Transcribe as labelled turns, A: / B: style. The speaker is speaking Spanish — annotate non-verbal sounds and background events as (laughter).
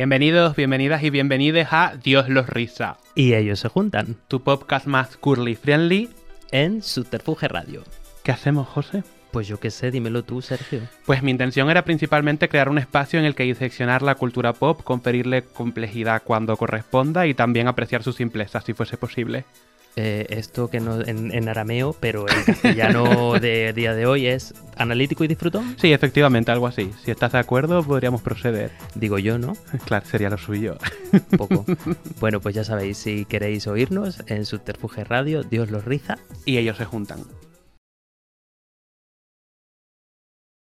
A: Bienvenidos, bienvenidas y bienvenides a Dios los risa,
B: Y ellos se juntan
A: tu podcast más curly friendly.
B: en Subterfuge Radio.
A: ¿Qué hacemos, José?
B: Pues yo qué sé, dímelo tú, Sergio.
A: Pues mi intención era principalmente crear un espacio en el que diseccionar la cultura pop, conferirle complejidad cuando corresponda y también apreciar su simpleza si fuese posible.
B: Eh, esto que no en, en arameo, pero (laughs) en castellano de día de hoy es analítico y disfrutón.
A: Sí, efectivamente, algo así. Si estás de acuerdo, podríamos proceder. (laughs)
B: Digo yo, ¿no?
A: Claro, sería lo suyo.
B: Un (laughs) poco. Bueno, pues ya sabéis, si queréis oírnos en Subterfuge Radio, Dios los riza.
A: Y ellos se juntan.